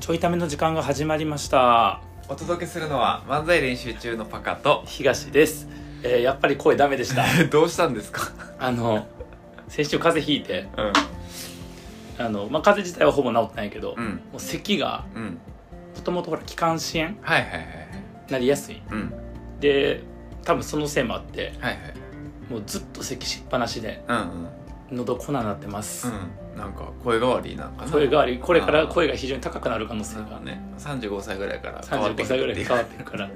ちょいための時間が始まりましたお届けするのは漫才練習中のパカと 東です、えーやっぱり声ダメでしたどうしたんですか あの先週風邪ひいてうんあの、まあ、風邪自体はほぼ治ってないけど、うもんう咳がうんもともとほら気管支炎はいはいはいなりやすいうんで多分そのせいもあってはいはいもうずっと咳しっぱなしでうんうん喉粉になってます、うんなんか声変わりなんかな声変わりこれからあー声が非常に高くなる可能性なんがかね35歳ぐらいから変わって35く歳ぐらいってでう変わっていくから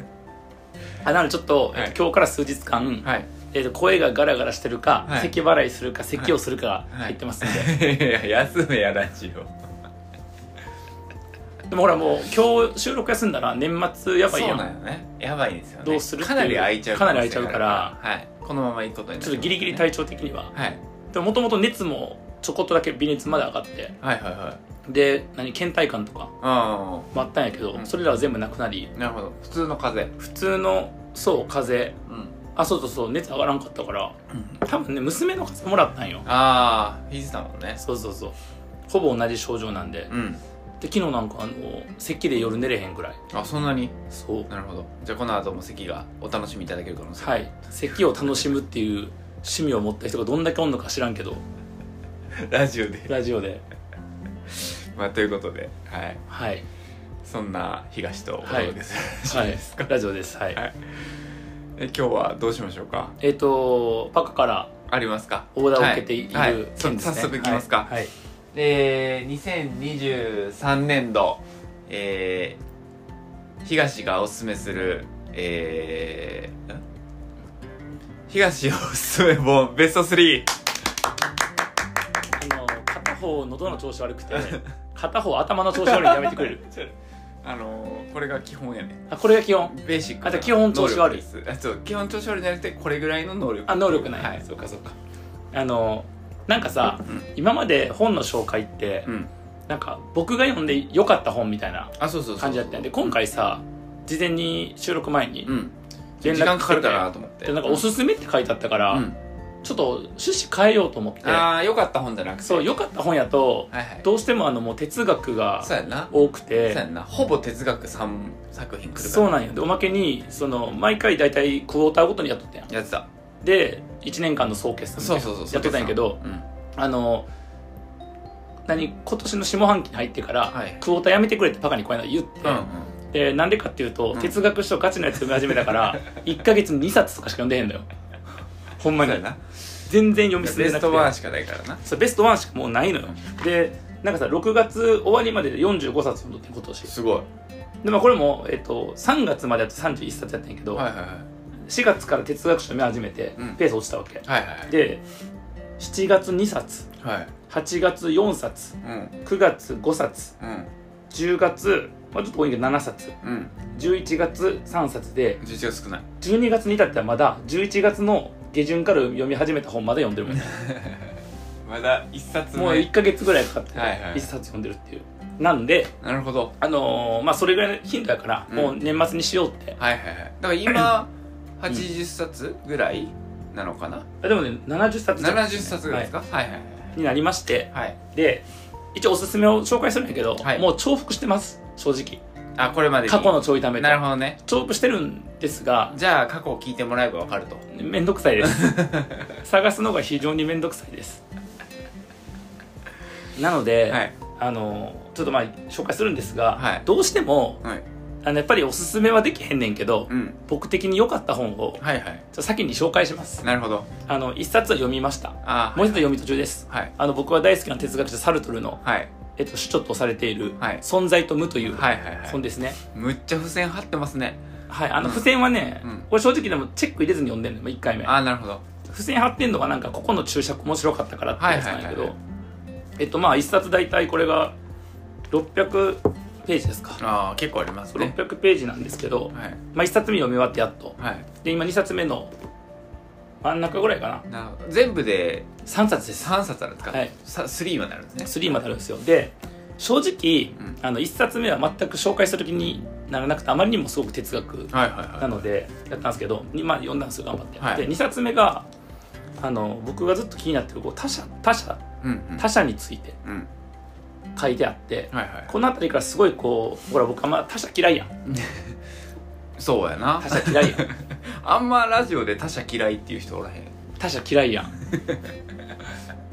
あなのでちょっと、えっとはい今日から数日間、はいえっと声がガラガラしてるか、はい咳払いするか咳をするかはい入ってますんで、い や休めやラジオでもほらもう今日収録休んだら年末やばいそやうんなんよねやばいんですよねどうするっていうかなり空いちゃうかなり空いちゃうからはいこのまま行くことになりますちょっとギリギリ体調的には、はいでももともと熱もちょこっとだけ微熱まで上がってはいはいはいで何倦怠感とかあもあったんやけど、うんそれらは全部なくなりあなるほど普通の風邪普通のそう風邪うんあそうそうそう熱上がらんかったから多分ね娘の風邪もらったんよああひいてたもんねそうそうそうほぼ同じ症状なんで、でうん昨日なんかあの咳で夜寝れへんぐらいあそんなにそうなるほどじゃあこの後も席がお楽しみいただける可能性はい咳を楽しむっていう趣味を持った人がどんだけおんのか知らんけどラジオで ラジオでまあということではいはいそんな東とお届けす るはラいジオですか、ラジオですはい、はいえ今日はどうしましょうかえっ、とパカからありますかオーダーを受けている件ですね、はいはいそ早速いきますか、はいはいえー、2023年度えー、東がおすすめするえー、ん東おすすめ本ベスト 3! あの片方喉の調子悪くて 片方頭の調子悪いのやめてくれる あのーこれが基本やね あこれが基本ベーシックあじゃあ基本調子悪い能力ですあ そう基本調子悪いじゃなくてこれぐらいの能力あ能力ないはいそうかそうかあのなんかさ、うん今まで本の紹介って、うんなんか僕が読んで良かった本みたいなあそうそうそう感じだったんやで今回さ事前に収録前に、うん連絡来てて時間かかるかなと思ってでなんかおすすめって書いてあったから、うんちょっと趣旨変えようと思ってああよかった本じゃなくてそう良かった本やとはいはいどうしてもあのもう哲学がそうやんな多くそうやてんなほぼ哲学3作品くるそうななんよでおまけにその毎回大体クォーターごとにやっとったやんやってたで1年間の総決算みたいそうなそうそうやっとったんやけどうんあの何今年の下半期に入ってから、はいクォーターやめてくれってパカにこういうの言って、うんでなんでかっていうと、うん哲学書ガチのやつ読み始めたから 1か月に2冊とかしか読んでへんのよほんうまんにそうやな全然読み進めベなスくてトワンしかないからなそうベストワンしかもうないのよでなんかさ6月終わりまでで45冊読んどって今年すごいで、まあ、これも、えっと、3月までだと31冊やったんやけど、はいはいはい4月から哲学書読み始めてうんペース落ちたわけ、はいはいで7月2冊はい8月4冊うん9月5冊うん10月、まあ、ちょっと多いけど7冊うん11月3冊で11月少ない12月に至ってはまだ11月の下旬から読み始めた本まだ読んでるもんねまだ1冊目もう1か月ぐらいかかってはいはい1冊読んでるっていうなんでなるほどあのーまあそれぐらいの頻度やから、うんもう年末にしようってはいはいはいだか ら今80冊ぐらいなのかなあでもね70冊弱70冊ぐらいですかはいはいはいになりましてはいで一応おすすめを紹介するんやけど、はいもう重複してます正直あこれまでに過去のちょいためとなるほどね重複してるんですがじゃあ過去を聞いてもらえばわかるとめんどくさいです 探すのが非常にめんどくさいですなので、はいあのちょっとまあ紹介するんですが、はいどうしてもはいあのやっぱりおすすめはできへんねんけど、うん僕的に良かった本をちょはいはいっと先に紹介しますなるほどあの一冊は読みましたあもう一つ読み途中ですはいあの僕は大好きな哲学者サルトルの、はいえっと、主張とされているはい「存在と無」というはいはいはい本ですねむっちゃ付箋貼ってますねはい、あのうん付箋はね、うんこれ正直でもチェック入れずに読んでるのも1回目あなるほど付箋貼ってんのがなんかここの注釈面白かったからってやつなんやけど、はいはいえっとまあ一冊大体これが600ページですかああ結構ありますね600ページなんですけど、はいまあ、1冊目読み終わってやっとはいで今2冊目の真ん中ぐらいかななるほど全部で3冊です3冊あるんですかはいさ3まであるんですね3まであるんですよで正直、うんあの1冊目は全く紹介した時にならなくてあまりにもすごく哲学はいはいはいなのでやったんですけどにまあ読んだんですよ頑張って、はいで2冊目があの僕がずっと気になってるこう他者他者うんうん他者についてうん書いてあってはいはいこの辺りからすごいこうほら僕あんま他者嫌いやんそうやな他者嫌いや んあんまラジオで他者嫌いっていう人おらへん他者嫌いやん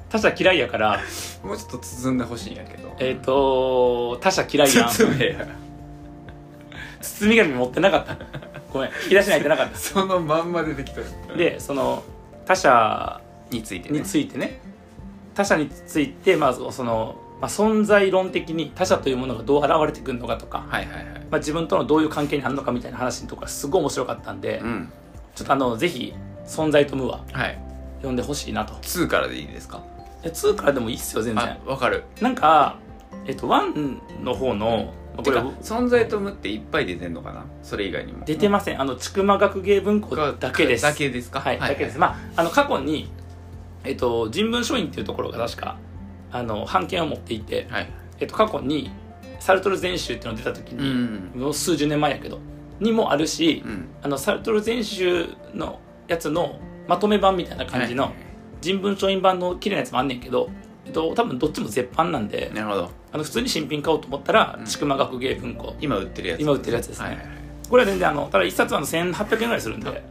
他者嫌いやからもうちょっと包んでほしいんやけどえっ、と他者嫌いやん包めや包み紙持ってなかったごめん引き出しに入ってなかっそのまんま出てきたたでその他者についてねについてね他者についてまあその、まあ、存在論的に他者というものがどう現れてくるのかとか、はいはいはいまあ、自分とのどういう関係にあるのかみたいな話のところがすごい面白かったんで、うんちょっとあのぜひ「存在と無ははい読んでほしいなと2からでいいですかえ2からでもいいっすよ全あ然わかるなんかえっと1の方の、まあこてれか存在と無っていっぱい出てんのかなそれ以外にも出てませんあの千曲学芸文庫だけですだけですかはい、だけです。まあ、あの過去に、えっと、人文書院っていうところが確か、あの、版権を持っていて、はいえっと、過去に、サルトル全集っていうのが出た時うに、んもう数十年前やけど、にもあるしう、んあの、サルトル全集のやつのまとめ版みたいな感じはの、人文書院版の綺麗なやつもあんねんけど、えっと、多分どっちも絶版なんでい、なるほどあの、普通に新品買おうと思ったらう、ん千曲学芸文庫。今売ってるやつ今売ってるやつですねはいはいはいこれは全然あの、ただ一冊はあの1800円ぐらいするんで、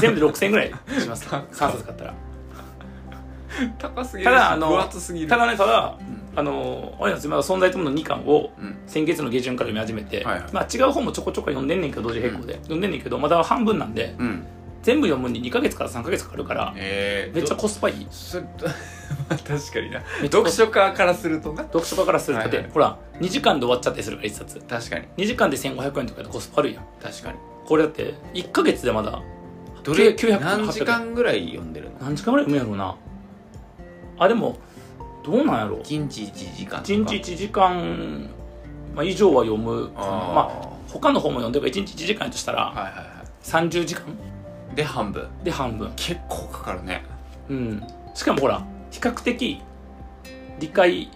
全部で6000円ぐらいします。3冊買ったら。高すぎただあの分厚すぎるただねただうんあのあれなんですよまだ存在ともの2巻をうん先月の下旬から読み始めて、はいはいまあ、違う本もちょこちょこ読んでんねんけど同時並行で、読んでんねんけどまだ半分なんでうん全部読むのに2か月から3か月かかるからえーめっちゃコスパいいどそれ 確かになめっちゃ読書家からするとな読書家からするとだって、はいはいほら2時間で終わっちゃったりするから1冊確かに2時間で1500円とかでコスパ悪いやん確かにこれだって1か月でまだどれ900何時間ぐらい読んでるの何時間ぐらい読むんやろうなあでもどうなんやろう1日1時間とか1日1時間、まあ、以上は読むかなあーまあ他の本も読んでるから1日1時間やとしたら、はいはいは30時間いで半分で半分結構かかるねうんしかもほら比較的理解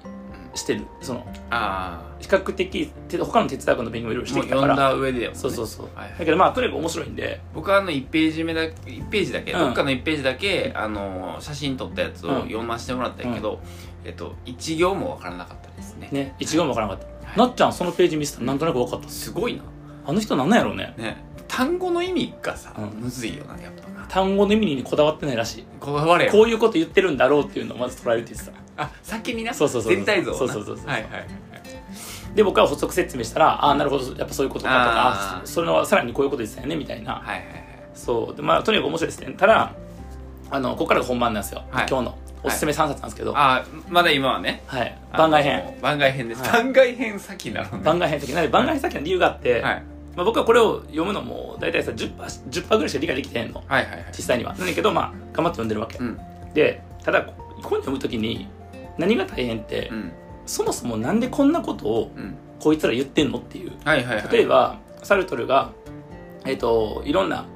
してるそのあ比較的て他の哲学の勉強もいろいろあしてもうきた読かんらだ上でだもんねそうそうそう、はいはいだけどまあとにかく面白いんで僕はあの1ページ目だ1ページだけ、うんどっかの1ページだけあの写真撮ったやつをうん読ませてもらったんやけど、えっと一行もわからなかったですねね一行も分からなかった、はいなっちゃんそのページ見せたらなんとなく分かったっすすごいなあの人なんなんやろうねね単語の意味がさ、うんむずいよなやっぱな単語の意味にこだわってないらしいこだわれよこういうこと言ってるんだろうっていうのをまず捉えるって言ってたあ先になそうそうそうそう全体像をなそうそうそうそうはいはいはいで僕は補足説明したらああーなるほどやっぱそういうことかとかあーあそれはさらにこういうこと言ってたよねみたいなはいはいはいそうでまあとにかく面白いですねただあのここからが本番なんですよ、はい今日のおすすめ3冊なんですけど、はいあまだ今はね番外編あの番外編です、はい番外編先なのね番外編的なので番外編先の理由があって、はいまあ、僕はこれを読むのも大体さ 10%, 10%ぐらいしか理解できてへんのはいはいはい実際にはなんだけどまあ頑張って読んでるわけ、うんでただこ本読む時に何が大変って、うんそもそもなんでこんなことをうんこいつら言ってんのっていうはいはいはい例えばサルトルがえっ、といろんな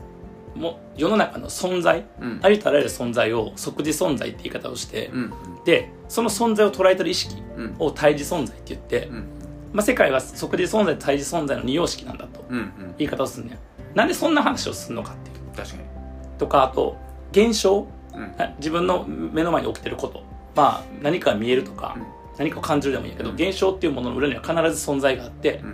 も世の中の存在うんありとあらゆる存在を即時存在って言い方をして、うんでその存在を捉えてる意識うんを対峙存在って言って、うんまあ、世界は即時存在と対峙存在の二様式なんだとうんうん言い方をするねんなんでそんな話をするのかっていう確かにとかあと現象うんな自分の目の前に起きてることまあ何かが見えるとか、うん何かを感じるでもいいんやけど、うん現象っていうものの裏には必ず存在があって、うん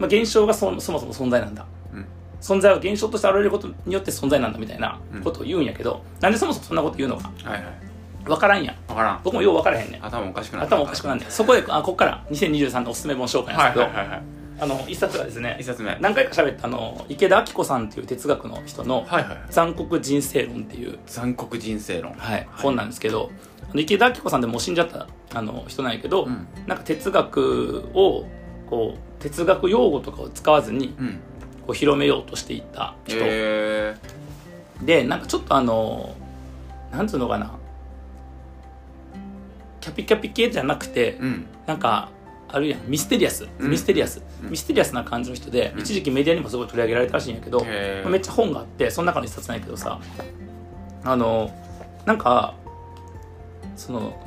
まあ、現象がそそもそも存在なんだうん存在は現象として現れることによって存在なんだみたいなことを言うんやけど、なんでそもそもそんなこと言うのかはいはい分からんやん分からん僕もよう分からへんねん頭おかしくなった頭おかしくなんでそこであここから2023のおすすめ本紹介なんはでいすけど、はいはいはいあの一冊がですね一冊目はい何回か喋ったあの池田明子さんっていう哲学の人のはいはい「残酷人生論」っていう、残酷人生論はい本なんですけどあの池田明子さんでもう死んじゃったあの人なんやけど、うんなんか哲学をこう哲学用語とかを使わずにうんこう広めようとしていった人、へえでなんかちょっとあのなんつうのかなキャピキャピ系じゃなくて、うんなんかあるやんミステリアスうんミステリアス、うんミステリアスな感じの人で、うん一時期メディアにもすごい取り上げられたらしいんやけど、へめっちゃ本があってその中の一冊なんやけどさあのなんかその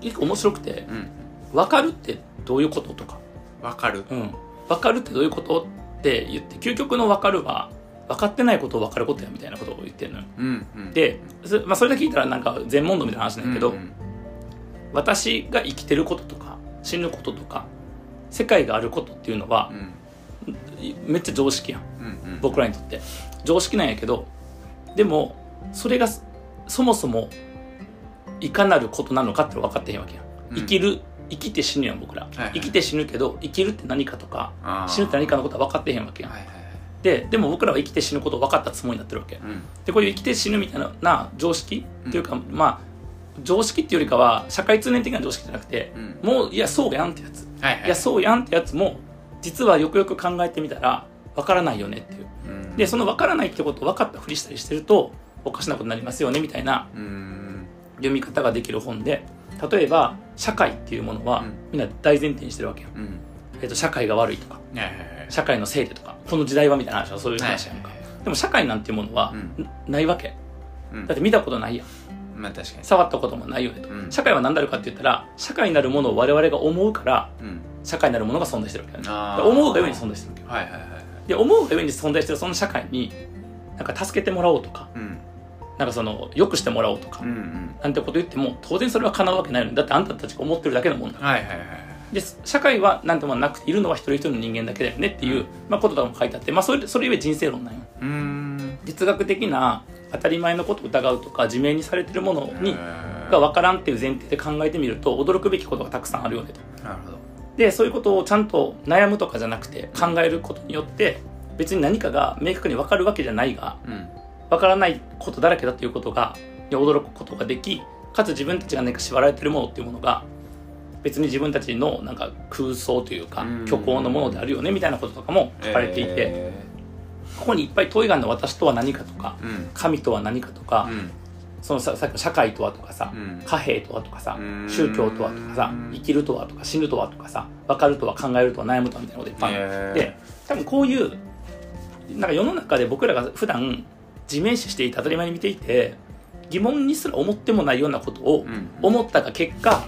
結構面白くてうん「分かるってどういうこと?」とかわかる「うん、分かるってどういうこと?」って言って究極の「分かる」は分かってないことを分かることやみたいなことを言ってるのよ。うんうんで、そまあ、それだけ聞いたらなんか全問答みたいな話なんやけど、うんうん私が生きてることとか死ぬこととか世界があることっていうのはう、んめっちゃ常識やんうんうん僕らにとって常識なんやけどでもそれがそそもそもいかなることなのかって分かってへんわけやんうん生きる生きて死ぬやん僕ら、はいはい生きて死ぬけど生きるって何かとかあー死ぬって何かのことは分かってへんわけやん、はいはいはいででも僕らは生きて死ぬことを分かったつもりになってるわけうんでこういう生きて死ぬみたいなな常識うんっていうか、まあ常識っていうよりかは社会通念的な常識じゃなくてうんもういやそうやんってやつはいはいいやそうやんってやつも実はよくよく考えてみたら分からないよねっていううんでその分からないってことを分かったふりしたりしてるとおかしなことになりますよねみたいなうん読み方ができる本で例えば社会っていうものはうんみんな大前提にしてるわけよ、うんえっと社会が悪いとかはいはいはい社会のせいでとかこの時代はみたいな話はそういう話やんか、はいはいはでも社会なんていうものはうんなないわけうんだって見たことないやんまあ確かに触ったこともないよねと、うん社会は何だろうかって言ったら社会になるものを我々が思うからうん社会になるものが存在してるわけよねあー思うがゆえに存在してるわけよはいはいはいはいで思うがゆえに存在してるその社会になんか助けてもらおうとかうんなんかその良くしてもらおうとか、うんうんなんてこと言っても当然それは叶うわけないのにだってあんたたちが思ってるだけのもんだはいはいはいはいで社会は何ともなくているのは一人一人の人間だけだよねっていう、うんまあ、こととかも書いてあって、まあ、それそれゆえ人生論なんようーん哲学的な当たり前のことを疑うとか自明にされてるものにがが分からんっていう前提で考えてみると驚くべきことがたくさんあるよねとなるほどでそういうことをちゃんと悩むとかじゃなくて考えることによって別に何かが明確に分かるわけじゃないがうんわからないことだらけだということがに驚くことができかつ自分たちが何か縛られてるものっていうものが別に自分たちのなんか空想というかうん虚構のものであるよねみたいなこととかも書かれていて、えここにいっぱいトイガンの私とは何かとかーうん神とは何かとか、うんそのささっきの社会とはとかさ、うん貨幣とはとかさ、うん宗教とはとかさうん生きるとはとか死ぬとはとかさ分かるとは考えるとは悩むとはみたいなこといっぱいあるえーで多分こういうなんか世の中で僕らが普段自明視していて当たり前に見ていて疑問にすら思ってもないようなことをうん思ったが結果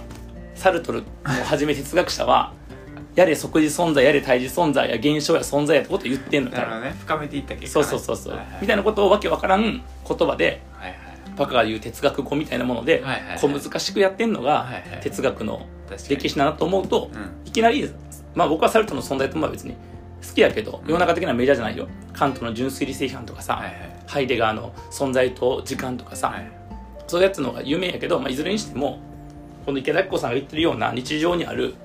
サルトルをはじめ哲学者は やれ即時存在やれ対時存在や現象や存在やってことを言ってんのなるほよどね深めていった結果ねそうそうそうそうはいはいみたいなことをわけわからん言葉ではいはいバカが言う哲学語みたいなものではいはいはい小難しくやってんのがはいはい哲学の確かに歴史だなと思うとうんいきなり、まあ、僕はサルトルの存在とも別に好きやけど世の中的にはメジャーじゃないよカントの純粋理性批判とかさ、はいはいハイデガーの存在と時間とかさ、はいそういうやつの方が有名やけど、まあ、いずれにしてもこの池田明子さんが言ってるような日常にある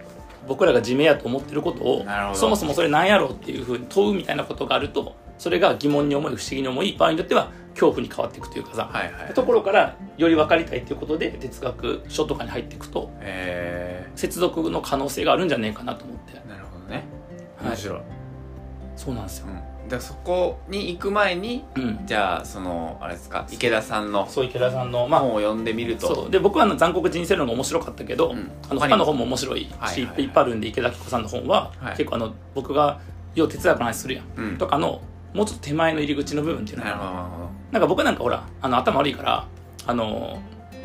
僕らが自明やと思ってることをなるほどそもそもそれなんやろうっていうふうに問うみたいなことがあるとそれが疑問に思い不思議に思い場合によっては恐怖に変わっていくというかさ、はいはいところからより分かりたいということで哲学書とかに入っていくとえ接続の可能性があるんじゃねえかなと思ってー、なるほどねはい面白いそうなんですよう、んでそこに行く前にうん、じゃあそのあれですか池田さんのそう池田さんのまあ本を読んでみるとそうで僕はあの残酷人生論が面白かったけど、うんあの他に他もの本も面白いし、はいいはいはいっぱいあるんで池田明子さんの本は、はい結構あの僕がよう哲学の話するやん、うんとかのもうちょっと手前の入り口の部分っていうのなるはほどなるほどなんか僕なんかほらあの頭悪いからあの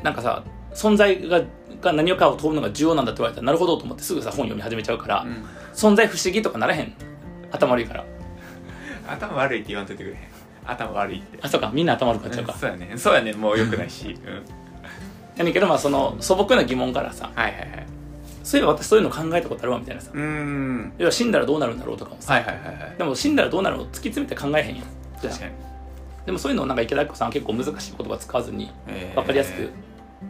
なんかさ存在がが何をかを問うのが重要なんだって言われたらなるほどと思ってすぐさ本読み始めちゃうから、 うん存在不思議とかならへん頭悪いから頭悪いって言わんといてくれへん頭悪いってあそうかみんな頭悪くなっちゃうかそうやねそうやねもう良くないし、うん、やねんけどまあその素朴な疑問からさはいはいはいそういえば私そういうの考えたことあるわみたいなさうーん要は死んだらどうなるんだろうとかもさはいはいはいはいでも死んだらどうなるのを突き詰めて考えへんやん確かに、でもそういうのをなんか池田子さんは結構難しい言葉使わずにえー分かりやすく、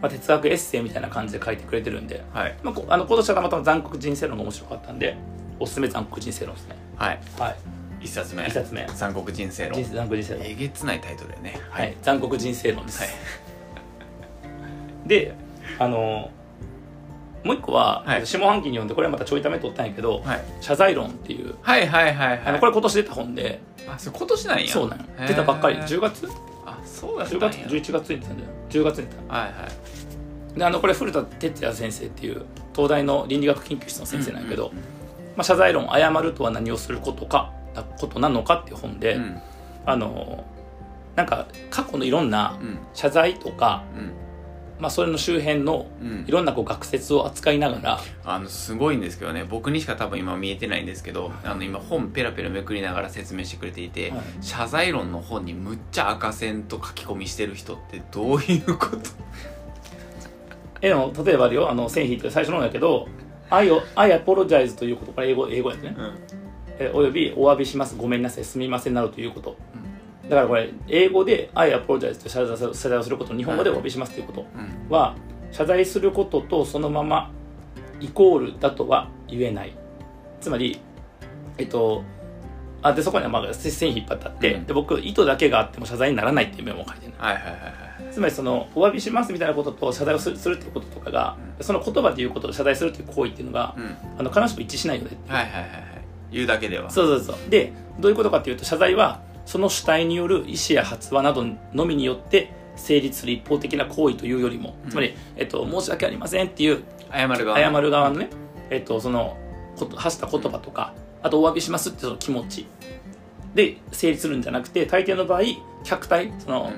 まあ、哲学エッセイみたいな感じで書いてくれてるんで、はいまあ、こあの今年はたまたま残酷人生論が面白かったんでおすすめ残酷人生論ですねはいはい一冊目一冊目残酷人生論人生残酷人生論えげつないタイトルやねはい、残酷人生論です、はいであのもう一個は、はい下半期に読んでこれはまたちょいためとったんやけど、はい謝罪論っていうはいはいはいあはのいこれ今年出た本で、あそれ今年なんやそうなんよへー出たばっかり10月あそうだった10んや月11月に出たんだよ10月に出たはいはいであのこれ古田哲也先生っていう東大の倫理学研究室の先生なんやけど、まあ、謝罪論「謝るとは何をすることか」なことなのかっていう本で、うんあのなんか過去のいろんなうん謝罪とか、うんまあ、それの周辺のうんいろんなこう学説を扱いながら、あのすごいんですけどね僕にしか多分今見えてないんですけどあの今本ペラペラめくりながら説明してくれていて、はい謝罪論の本にむっちゃ赤線と書き込みしてる人ってどういうことえでも例えばあるよあの製品って最初の方だけど「I, o- I apologize」ということこれ英語英語やってね、えおよび「お詫びしますごめんなさいすみません」などということ、だからこれ英語で「I apologize」と謝罪する謝罪をすること日本語で「お詫びします」ということうんは謝罪することとそのままイコールだとは言えないつまりえっとあでそこにはまあせ線引っ張ってあって、うんで僕意図だけがあっても謝罪にならないっていうメモを書いてるはいはいはいはいつまりそのお詫びしますみたいなことと謝罪をするするっていうこととかが、その言葉で言うことと謝罪するっていう行為っていうのが、うんあの必ずしも一致しないよねはいはいはいはい言うだけではそうそうそうでどういうことかっていうと謝罪はその主体による意思や発話などのみによって成立する一方的な行為というよりも、うんつまり、えっと、申し訳ありませんっていう謝る側謝る側のね、えっと、そのこと発した言葉とかあとお詫びしますってその気持ちで成立するんじゃなくて大抵の場合客体その、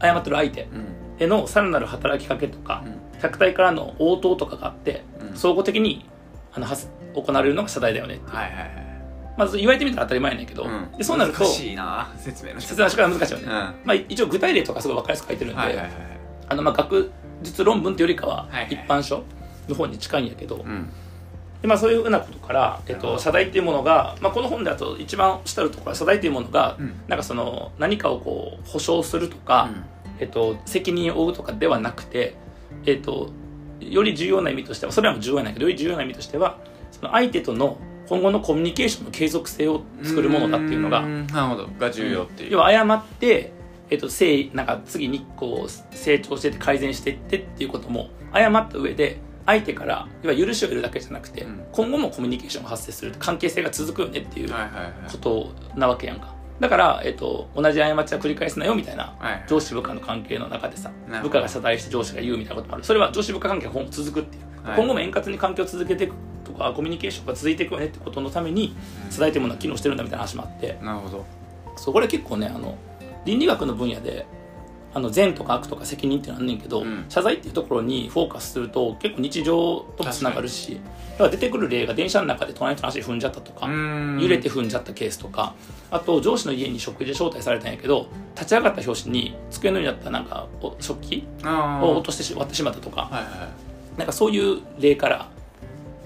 謝ってる相手うんうんへのさらなる働きかけとか、うん客体からの応答とかがあって、うん総合的にあのはす行われるのが謝罪だよねっていう、はいはいはいまず言われてみたら当たり前やねんけど、うんでそうなると難しいな説明の説明の仕方が難しいよね、うんはまあ、一応具体例とかすごい分かりやすく書いてるいんで、はいはいあのまあ学術論文というよりかははいはい一般書の方に近いんやけど、うんでまあ、そういうふうなことから、えっなるほと、ど謝罪っていうものが、まあ、この本だと一番下るところは謝罪っていうものが、うんなんかその何かをこう保証するとか、えっと、責任を負うとかではなくて、えっと、より重要な意味としてはそれらも重要なんだけどより重要な意味としてはその相手との今後のコミュニケーションの継続性をうん作るものだっていうのがんなるほどが重要っていう要は誤って、えっと、せいなんか次にこう成長してって改善していってっていうことも誤った上で相手から要は許しを得るだけじゃなくて、うん今後もコミュニケーションが発生する関係性が続くよねっていうはいはいはいことなわけやんかだから、えっと、同じ過ちは繰り返すなよみたいなはいはい上司部下の関係の中でさなるほど部下が謝罪して上司が言うみたいなこともあるそれは上司部下関係が今後続くっていう、はい今後も円滑に関係を続けていくとかコミュニケーションが続いていくよねってことのためにうん謝罪というものは機能してるんだみたいな話もあってなるほどそうこれ結構ねあの倫理学の分野であの善とか悪とか責任っていうのあんねんけど、うん謝罪っていうところにフォーカスすると結構日常とつながるしだから出てくる例が電車の中で隣の人の足踏んじゃったとか、揺揺れて踏んじゃったケースとかあと上司の家に食事で招待されたんやけど立ち上がった拍子に机の上にあったなんかお食器を落としてし割ってしまったとかはいはいはいなんかそういう例から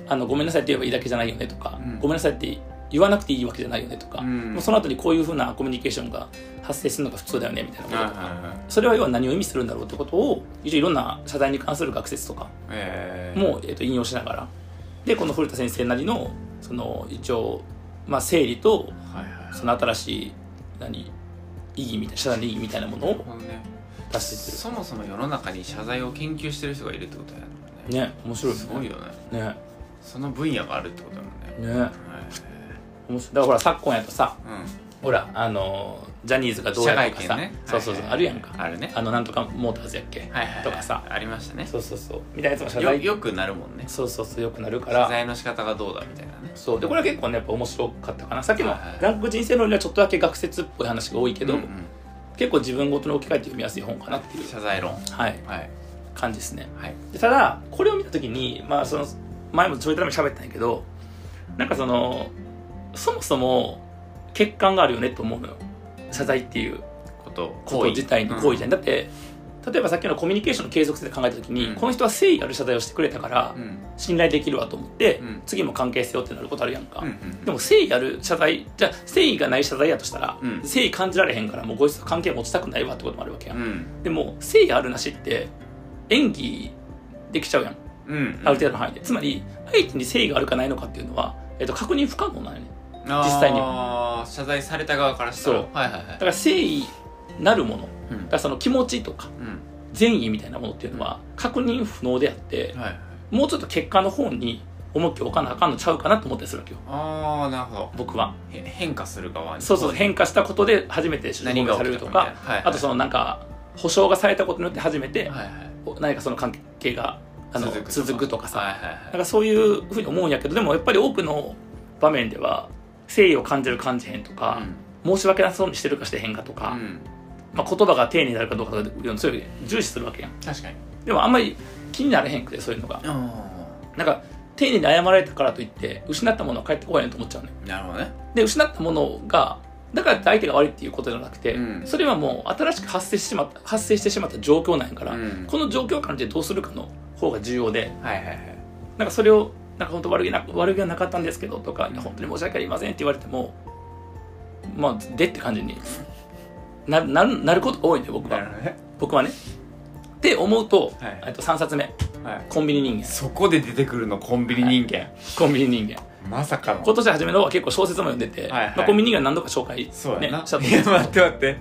あのごめんなさいって言えばいいだけじゃないよねとか、うんごめんなさいって言わなくていいわけじゃないよねとか、うんもうその後にこういうふうなコミュニケーションが発生するのが普通だよねみたいなこととはいか、はいはいそれは要は何を意味するんだろうってことを一応いろんな謝罪に関する学説とかえーも、えっと引用しながらでこの古田先生なりのその一応、まあ、整理とはいはいはいその新しい何意義みたいな社団の意義みたいなものをこのね出してってそもそも世の中に謝罪を研究してる人がいるってことやもんるねね面白いですすねごいよねねその分野があるってことやもんねね面白いだからほら昨今やとさほらあのジャニーズがうどんう社や会とか見さ、ねそうそうそう、はいあはいるやんかあるねあのなんとかモーターズやっけ、はいはいはいとかさありましたねそうそうそうみたいなやつも謝よ罪よくなるもんねそうそうそうよくなるか謝ら罪の仕方がどうだみたいなねそうでこれは結構ねやっぱ面白かったかなさっきのはいは「いランク人生論」にはちょっとだけ学説っぽい話が多いけど、うんうん結構自分ごとに置き換えて読みやすい本かなっていう、謝罪論ははい、い感じですねはいでただこれを見た時に、まあ、その前もちょいために喋ったんやけどなんかそのそもそも欠陥があるよねと思うのよ謝罪っていうことこと自体に行為じゃん、だって例えばさっきのコミュニケーションの継続性で考えた時に、うんこの人は誠意ある謝罪をしてくれたからうんうん信頼できるわと思って、うん次も関係性をってなることあるやんか、うんうんでも誠意ある謝罪じゃあ誠意がない謝罪やとしたら、うん誠意感じられへんからもうこいつと関係持ちたくないわってこともあるわけやん、うんでも誠意あるなしって演技できちゃうやんうんある程度の範囲でつまり相手に誠意があるかないのかっていうのは、えっと、確認不可能なのね実際には謝罪された側からしたらそうはいはいはだいから誠意なるものだかうんらその気持ちとかうん善意みたいなものっていうのは確認不能であってはいはいもうちょっと結果の方に重きを置かなあかんのちゃうかなと思ったりするわけよああなるほど僕はへ変化する側にそうそう変化したことで初めて主人何ががさ起れきるたとかかみたいなはいはいあとそのなんか保証がされたことによって初めてはいはい何かその関係があの続くとかさはいなはんいかそういうふうに思うんやけどでもやっぱり多くの場面では誠意を感じる感じへんとはかい、申し訳なそうにしてるかしてへんかとか、うんうんまあ、言葉が丁寧になるかどうかとかそういう重視するわけやん確かにでもあんまり気になれへんくてそういうのがあなんか丁寧に謝られたからといって失ったものは返ってこないと思っちゃうねあなるほどねで失ったものがだからって相手が悪いっていうことじゃなくて、うんそれはもう新しく発生してしまった発生してしまった状況なんやから、うんこの状況下でどうするかの方が重要ではいはいはいなんかそれをなんか本当悪気な悪気はなかったんですけどとかいや本当に申し訳ありませんって言われてもまあでって感じにななるなることが多いね僕なるはほどね僕はねって思うと,、はいえっと3冊目はいコンビニ人間そこで出てくるのコンビニ人間、コンビニ人間まさかの今年初めの方は結構小説も読んでて、はいはいまあ、コンビニ人間何度か紹介、ね、しそうやな、たと思いうんでやすけど待って待って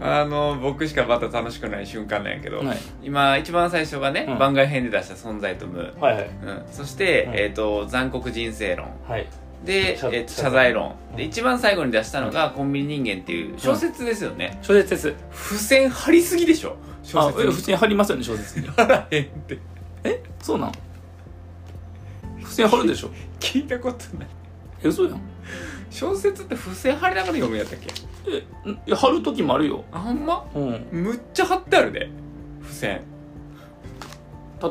あの僕しかまた楽しくない瞬間なんやけど、はい今一番最初がね、うん番外編で出した「存在と無」はいはいうん、そして、うんえっ、と残酷人生論はいで、え謝ーと謝罪論うんで一番最後に出したのが「コンビニ人間」っていう小説ですよね、小説です付箋貼りすぎでしょあ小え説に普通に貼りますよね小説に貼らへんってえ そうなの普通に貼るで しょ聞いたことないえ嘘やん小説って付箋貼りながら読むやったっけえんいや貼る時もあるよあほんまうんむっちゃ貼ってあるで付箋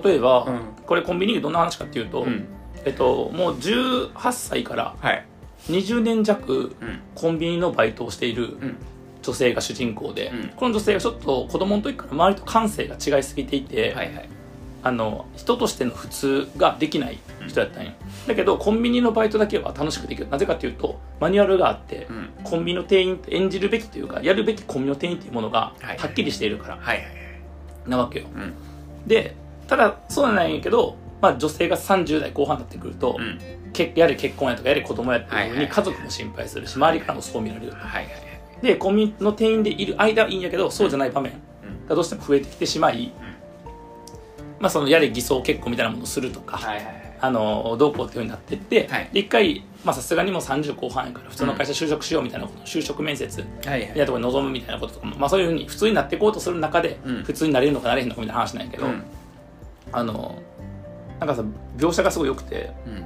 例えば、うんこれコンビニでどんな話かっていうと、うんえっともう18歳からはい20年弱うんコンビニのバイトをしているうん女性が主人公で、うんこの女性がちょっと子供の時から周りと感性が違いすぎていて、はいはいあの人としての普通ができない人やったんよ、だけどコンビニのバイトだけは楽しくできるなぜかというとマニュアルがあって、うんコンビニの店員演じるべきというかやるべきコンビニの店員というものがはいはっきりしているからはいはいはいなわけよ、うんでただそうなんやけど、まあ、女性が30代後半になってくると、うんけやれ結婚やとかやれ子供やっていうふうはいはいに家族も心配するし周りからもそう見られるはいはいでコンビニの店員でいる間はいいんやけどそうじゃない場面がどうしても増えてきてしまい、まあ、そのやれ偽装結婚みたいなものをするとか、はいはいはいあのどうこうっていうふうになってって、はいで一回まあさすがにもう30後半やから普通の会社就職しようみたいなこと、就職面接みはいはいたいなところに臨むみたいなこととかも、まあ、そういうふうに普通になっていこうとする中で、うん普通になれるのかなれへんのかみたいな話なんやけど、うんあのなんかさ描写がすごい良くてうん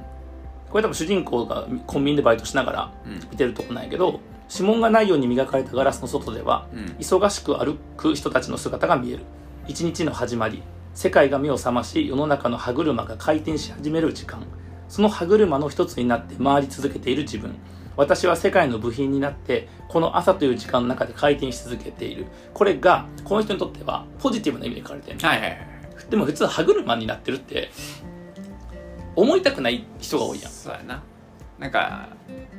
これ多分主人公がコンビニでバイトしながらうん見てるとこなんやけど指紋がないように磨かれたガラスの外ではうん忙しく歩く人たちの姿が見える一日の始まり世界が目を覚まし世の中の歯車が回転し始める時間その歯車の一つになって回り続けている自分私は世界の部品になってこの朝という時間の中で回転し続けているこれがこの人にとってはポジティブな意味で書かれてるはいはいはいでも普通歯車になってるって思いたくない人が多いやんそうやななんか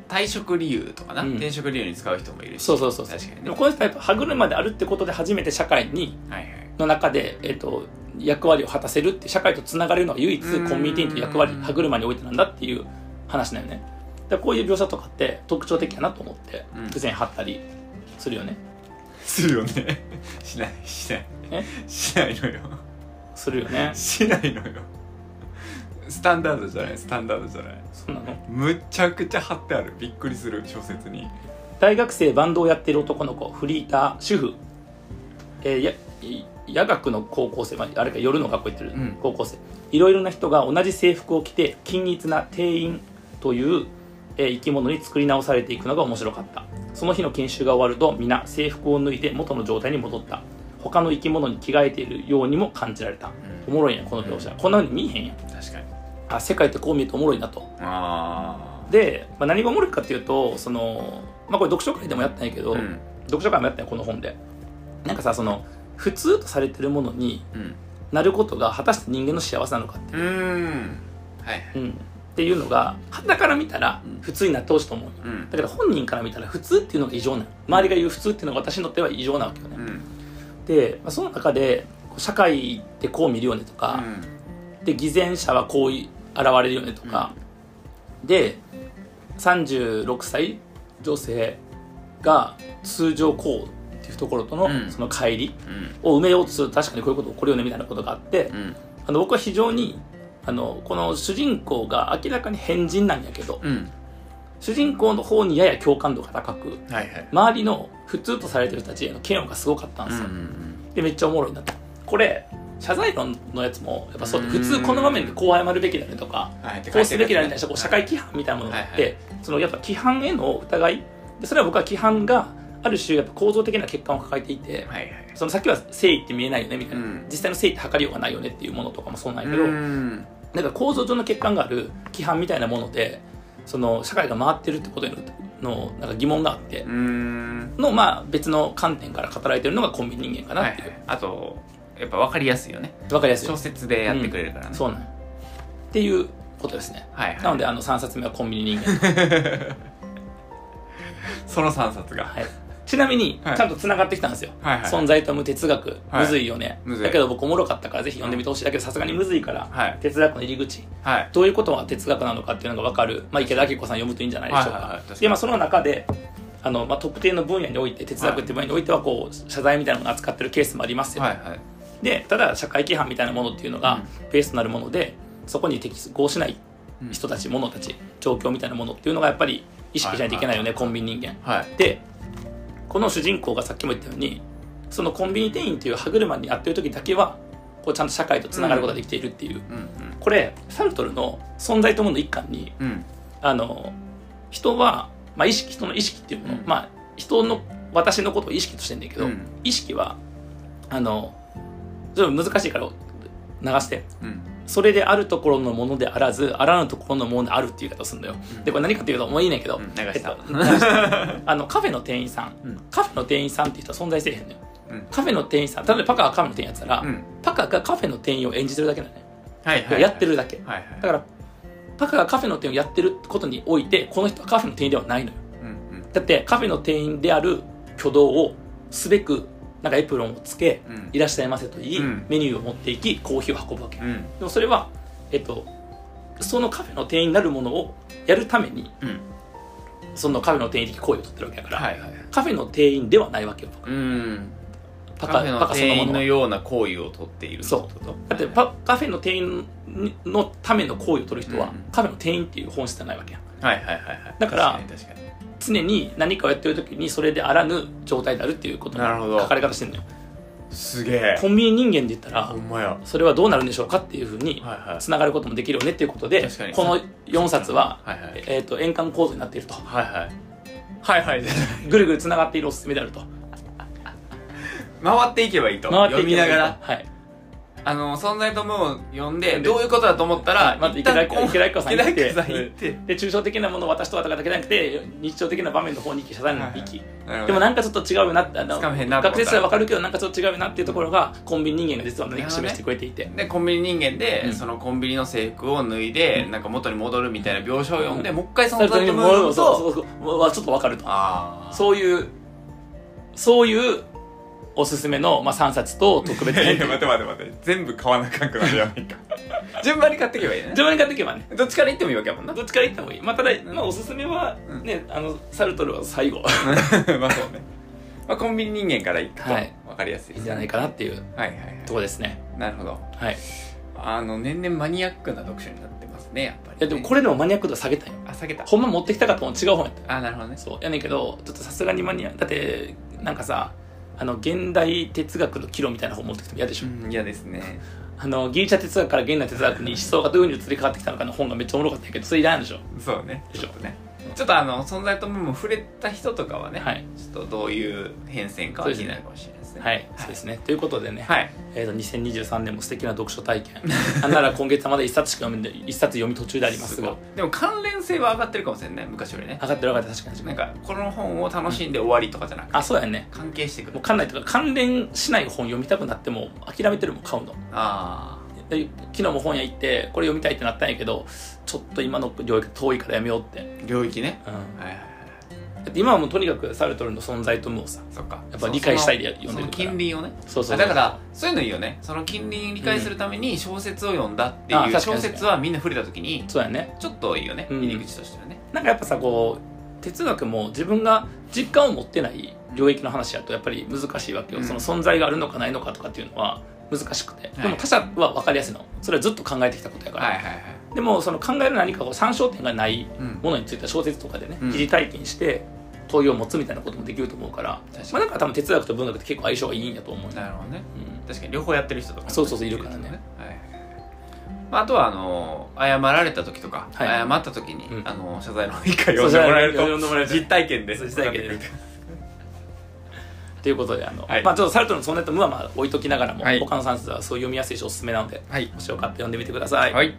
退職理由とかな、うん転職理由に使う人もいるしそうそうそうそう確かにでねもこの人はやっぱ歯車であるってことで初めて社会にはいはいの中で、えっと役割を果たせるって社会とつながれるのは唯一うんコンビニ店員という役割歯車においてなんだっていう話だよねだからこういう描写とかって特徴的やなと思ってうん付箋貼ったりするよね、するよね しないしないえしないのよするよねしないのよスタンダードじゃないスタンダードじゃないそうなのむっちゃくちゃ貼ってあるびっくりする小説に大学生バンドをやっている男の子フリーター主婦、えーやい夜学の高校生、まあ、あれか夜の学校行ってるうん高校生、いろいろな人が同じ制服を着て均一な定員という、えー生き物に作り直されていくのが面白かったその日の研修が終わると皆制服を脱いで元の状態に戻った他の生き物に着替えているようにも感じられた、うおもろいやんこの描写、こんな風に見えへんやん確かにあ世界ってこう見るとおもろいなとあで、まあ、何がおもろいかっていうとその、まあ、これ読書会でもやったんやけあど、うん読書会もやったよこの本でなんかさその普通とされてるものにうんなることが果たして人間の幸せなのかっうーんはいはいて,、うん、っていうのが傍から見たらうん普通になってほしいと思うようんだけど本人から見たら普通っていうのが異常なの周りが言う普通っていうのが私にとっては異常なわけようねんで、まあ、その中でこう社会ってこう見るよねとか、で偽善者はこうい現れるよねとか、で36歳女性が通常こうっていうところとのうんその乖離うんを埋めようとすると確かにこういうこと起こるよねみたいなことがあって、うんあの僕は非常にあのこの主人公が明らかに変人なんやけどうん主人公の方にやや共感度が高くはいはい周りの普通とされてる人たちへの嫌悪がすごかったんうでんすよ、うんでめっちゃおもろいなとこれ謝罪論のやつもやっぱそうで普通この場面でこう謝るべきだねとかうんはいってこ書ういすてべるきだやねみたついなこねう社会規範みたいなものがあって、はいはそのやっぱ規範への疑いでそれは僕は規範がある種やっぱ構造的な欠陥を抱えていて、はいはいそのさっきは誠意って見えないよねみたいな、うん実際の誠意って測りようがないよねっていうものとかもそうなんやけど、うんなんか構造上の欠陥がある規範みたいなものでその社会が回ってるってことへののなんか疑問があってうーんの、まあ、別の観点から語られてるのがコンビニ人間かなはっいていう、あとやっぱ分かりやすいよねわかりやすい小説でやってくれるからね、そうなんよっていうことですねはいはいなのであの3冊目はコンビニ人間 その3冊が、はいちなみにはいちゃんとつながってきたんですよ、はいはい存在と無哲学、はいむずいよねむずいだけど僕おもろかったからぜひ読んでみてほしいだけどさすがにむずいから、はい哲学の入り口はいどういうことが哲学なのかっていうのが分かる、まあ、池田明子さん読むといいんじゃないでしょうはいはいはかい確かにで、まあ、その中であの、まあ、特定の分野において哲学っていう分野においてはこう謝罪みたいなものを扱ってるケースもありますよ、はいはいでただ社会規範みたいなものっていうのがベースとなるものでそこに適合しない人たち、ものたち状況みたいなものっていうのがやっぱり意識しないといけないよね、コンビニ人間はいでこの主人公がさっきも言ったようにそのコンビニ店員っていう歯車に合ってる時だけはこうちゃんと社会とつながることができているっていう、うんこれサルトルの「存在ともの一環にうんうんあの人は、まあ、意識人の意識っていうもの、うんまあ人の私のことを意識としてんだけど、うん意識はあのちょっと難しいから流してうんそれであるところのものであらずあらぬところのものであるっていう言い方をするんだよ、うんでこれ何かっていうともういいねんけど、うん流したえっと流したあのカフェの店員さん、 うんカフェの店員さんっていう人は存在せえへんのようんカフェの店員さん例えばパカがカフェの店員やってたら、うんパカがカフェの店員を演じてるだけだね、はいはいやってるだけ、はいはいだからパカがカフェの店をやってることにおいてこの人はカフェの店員ではないのようんうんだってカフェの店員である挙動をすべくなんかエプロンをつけ、うんいらっしゃいませと言い、うんメニューを持っていきコーヒーを運ぶわけ、うでんもそれはえっとそのカフェの店員になるものをやるためにうんそのカフェの店員的行為をとってるわけだから、はいはいカフェの店員ではないわけようんパパカカフェパのカその店も員ののはような行為をとっているそうってことだってパカフェの店員のための行為を取る人は、うんカフェの店員っていう本質じゃないわけやはいはいはいはいだから確かに確かに常に何かをやってる時にそれであらぬ状態であるっていうことなるほどの書かれ方してるのよすげえコンビニ人間で言ったらほんまやそれはどうなるんでしょうかっていうふうにはいはいつながることもできるよねっていうことで確かにこの4冊は、はいはいえー、と円環構造になっているとはいはいはいはいぐるぐるつながっているおすすめであると回っていけばいいと回って読いみけばないいがとらはいあの存在とも読んででどういうことだと思ったらまず池田一旦こう池田明子さん行って池田明子さん行ってで抽象的なものを私とはだけじゃなくて日常的な場面の方に行き謝罪の方に行き、なるほどでもなんかちょっと違うよなってあのつかめへんなと思った学生生はわかるけどなんかちょっと違うよなっていうところがコンビニ人間が実は何か示してくれていて、でコンビニ人間で、うんそのコンビニの制服を脱いで、なんか元に戻るみたいな描写を読んで、うんもう一回そ存在とにも読むそうそとうそうはちょっとわかるとああそういうそういうおすすめの、まあ、3冊と特別いや編いや 待て待て待て全部買わなあかんくなるやんか 順番に買っていけばいいね順番に買っていけばねどっちから行ってもいいわけやもんな まどっちから行ってもいい、まあ、ただ、まあ、おすすめはうんね、あのサルトルは最 後あそうね、まあ、コンビニ人間から行くとはい分かりやすいいいでんすじゃないいかなっていうはいはいはいとこですねなるほどはいいあの年々マニアックな読書になってますねやっぱり、ね、やでもこれでもマニアック度下げたんよあ下げたほんま持ってきたかったの違う本やったあなるほどねそうやねんけどちょっとさすがにマニアだってなんかさあの現代哲学の岐路みたいな本持ってきても嫌でしょ、うん嫌で すねあのギリシャ哲学から現代哲学に思想がどういうふうに移り変わってきたのかの本がめっちゃおもろかったんやけどそれいらないでしょそうねでしちょょっとねちょっとあの存在ともも触れた人とかはね、はいちょっとどういう変遷かは気になるかもしれないですねはい、そうですねということでね、はいえー、と2023年も素敵な読書体験なんなら今月はまだ一冊しか読めんで一冊読み途中でありますがごいでも関連性は上がってるかもしれないね昔よりね上がってる上がってる確かに確かなんにかこの本を楽しんで終わりとかじゃなくてあそうやね関係してくもるう関連とか関連しない本読みたくなっても諦めてるもん買うのあで昨日も本屋行ってこれ読みたいってなったんやけどちょっと今の領域遠いからやめようって、あ領域ねうん、はいはいはいだって今はもうとにかくサルトルの存在と無をさそっかやっぱ理解したいでその読んでるからその近隣をねそうそうそうあだからそういうのいいよねその近隣理解するために小説を読んだってあ確かいうに確か小に説はみんな触れた時にそうやねちょっといいよねうん入り口としてはねなんかやっぱさこう哲学も自分が実感を持ってない領域の話やとやっぱり難しいわけよ、うんその存在があるのかないのかとかっていうのは難しくて、いでも他者は分かりやすいのそれはずっと考えてきたことやから、はいはいはいでもその考える何かを参照点がないうんものについては小説とかでねうん疑似体験して問いを持つみたいなこともできると思うから、確まかあ、だから多分哲学と文学って結構相性がいいんやと思うにね、なるほどねうん確かに両方やってる人とかもそうそうそういるからねはいはいはいまあ、あとはあの謝られた時とか、はい謝った時に、うんあの謝罪の一回呼んでもらえるそう謝罪の呼んでもらえとると実体験でそう実体験で ということであの、はいまあ、ちょっとサルトルの「そんなと無」はまあ置いときながらも、はい他の3冊はそう読みやすいしおすすめなのではいもしよかったら読んでみてください。はい